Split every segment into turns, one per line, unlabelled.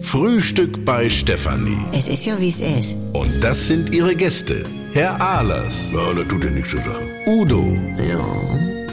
Frühstück bei Stefanie.
Es ist ja, wie es ist.
Und das sind ihre Gäste. Herr Ahlers,
Ja, das tut dir nichts zu sagen.
Udo
Ja,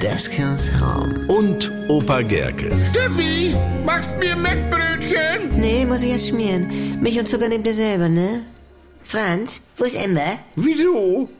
das kann's haben.
und Opa Gerke.
Steffi, machst mir Mettbrötchen?
Nee, muss ich erst schmieren. Milch und Zucker nehmt ihr selber, ne? Franz, wo ist Ember?
Wieso?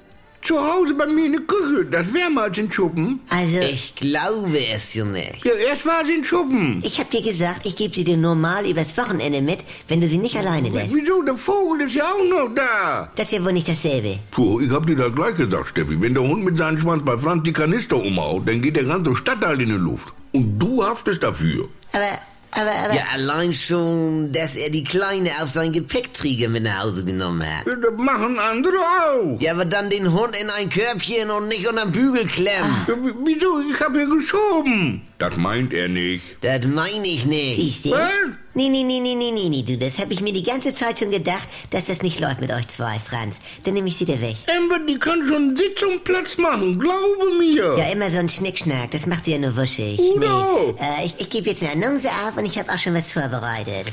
Zu Hause bei mir in der Küche, das wäre mal den Schuppen.
Also, ich,
Ich glaube es, Junge.
Ja, erst war sie in Schuppen.
hab dir gesagt, ich gebe sie dir normal übers Wochenende mit, wenn du sie nicht alleine lässt.
Wieso, der Vogel ist ja auch noch da.
Das ist ja wohl nicht dasselbe.
Puh, ich hab dir das gleich gesagt, Steffi. Wenn der Hund mit seinem Schwanz bei Franz die Kanister umhaut, dann geht der ganze Stadtteil in die Luft. Und du haftest dafür.
Aber, aber, aber,
Ja, allein schon, dass er die Kleine auf seinen Gepäckträger mit nach Hause genommen hat.
Ja, Das machen andere auch.
Ja, aber dann den Hund in ein Körbchen und nicht unterm Bügel klemmen.
Ja, w- wieso, ich hab hier geschoben.
Das meint er nicht.
Das meine ich nicht.
siehst du?
Was?
Nee, nee, nee, nee, nee, nee, nee, du, das hab ich mir die ganze Zeit schon gedacht, dass das nicht läuft mit euch zwei, Franz. Dann nehme ich sie dir weg.
Amber, die kann schon Sitz und Platz machen, glaube mir.
Ja, immer so ein Schnickschnack, das macht sie ja nur wuschig.
Udo!
Nee, äh, ich, ich gebe jetzt eine Annonce auf und ich habe auch schon was vorbereitet.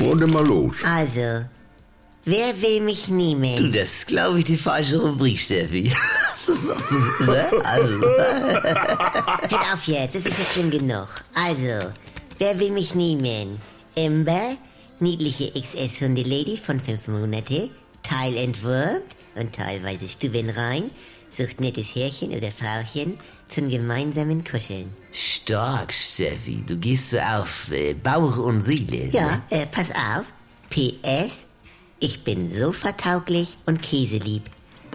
Und immer los.
Also, wer will mich
Du,
nehmen?
das ist, glaube ich, die falsche Rubrik, Steffi. Ne? also,
Hört auf jetzt, es ist ja schlimm genug. Also, wer will mich nehmen? Ember, niedliche XS-Hundelady von 5 Monate, teilentwurmt und teilweise stubenrein, sucht nettes Herrchen oder Frauchen zum gemeinsamen Kuscheln.
stark, Steffi. Du gehst so auf äh, Bauch und Seele.
Ja,
Ne?
äh, pass auf. PS, ich bin sofa-tauglich und käselieb.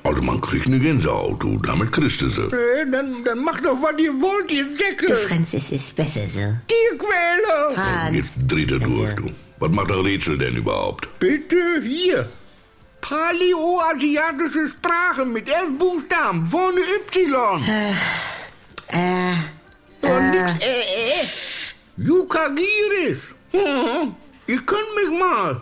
Also man kriegt eine Gänsehaut, du. Damit kriegst du sie.
Äh, dann, dann macht doch, was ihr wollt, ihr
Du,
Säcke.
Franz, es ist besser so.
Tierquäler.
Franz,
Jetzt dreht er durch, du. Was macht der Rätsel denn überhaupt?
Bitte hier. Paläoasiatische Sprache mit elf Buchstaben, vorne Y.
äh,
Und nix, äh, äh. Jukagiris. Hm, Ihr könnt mich mal.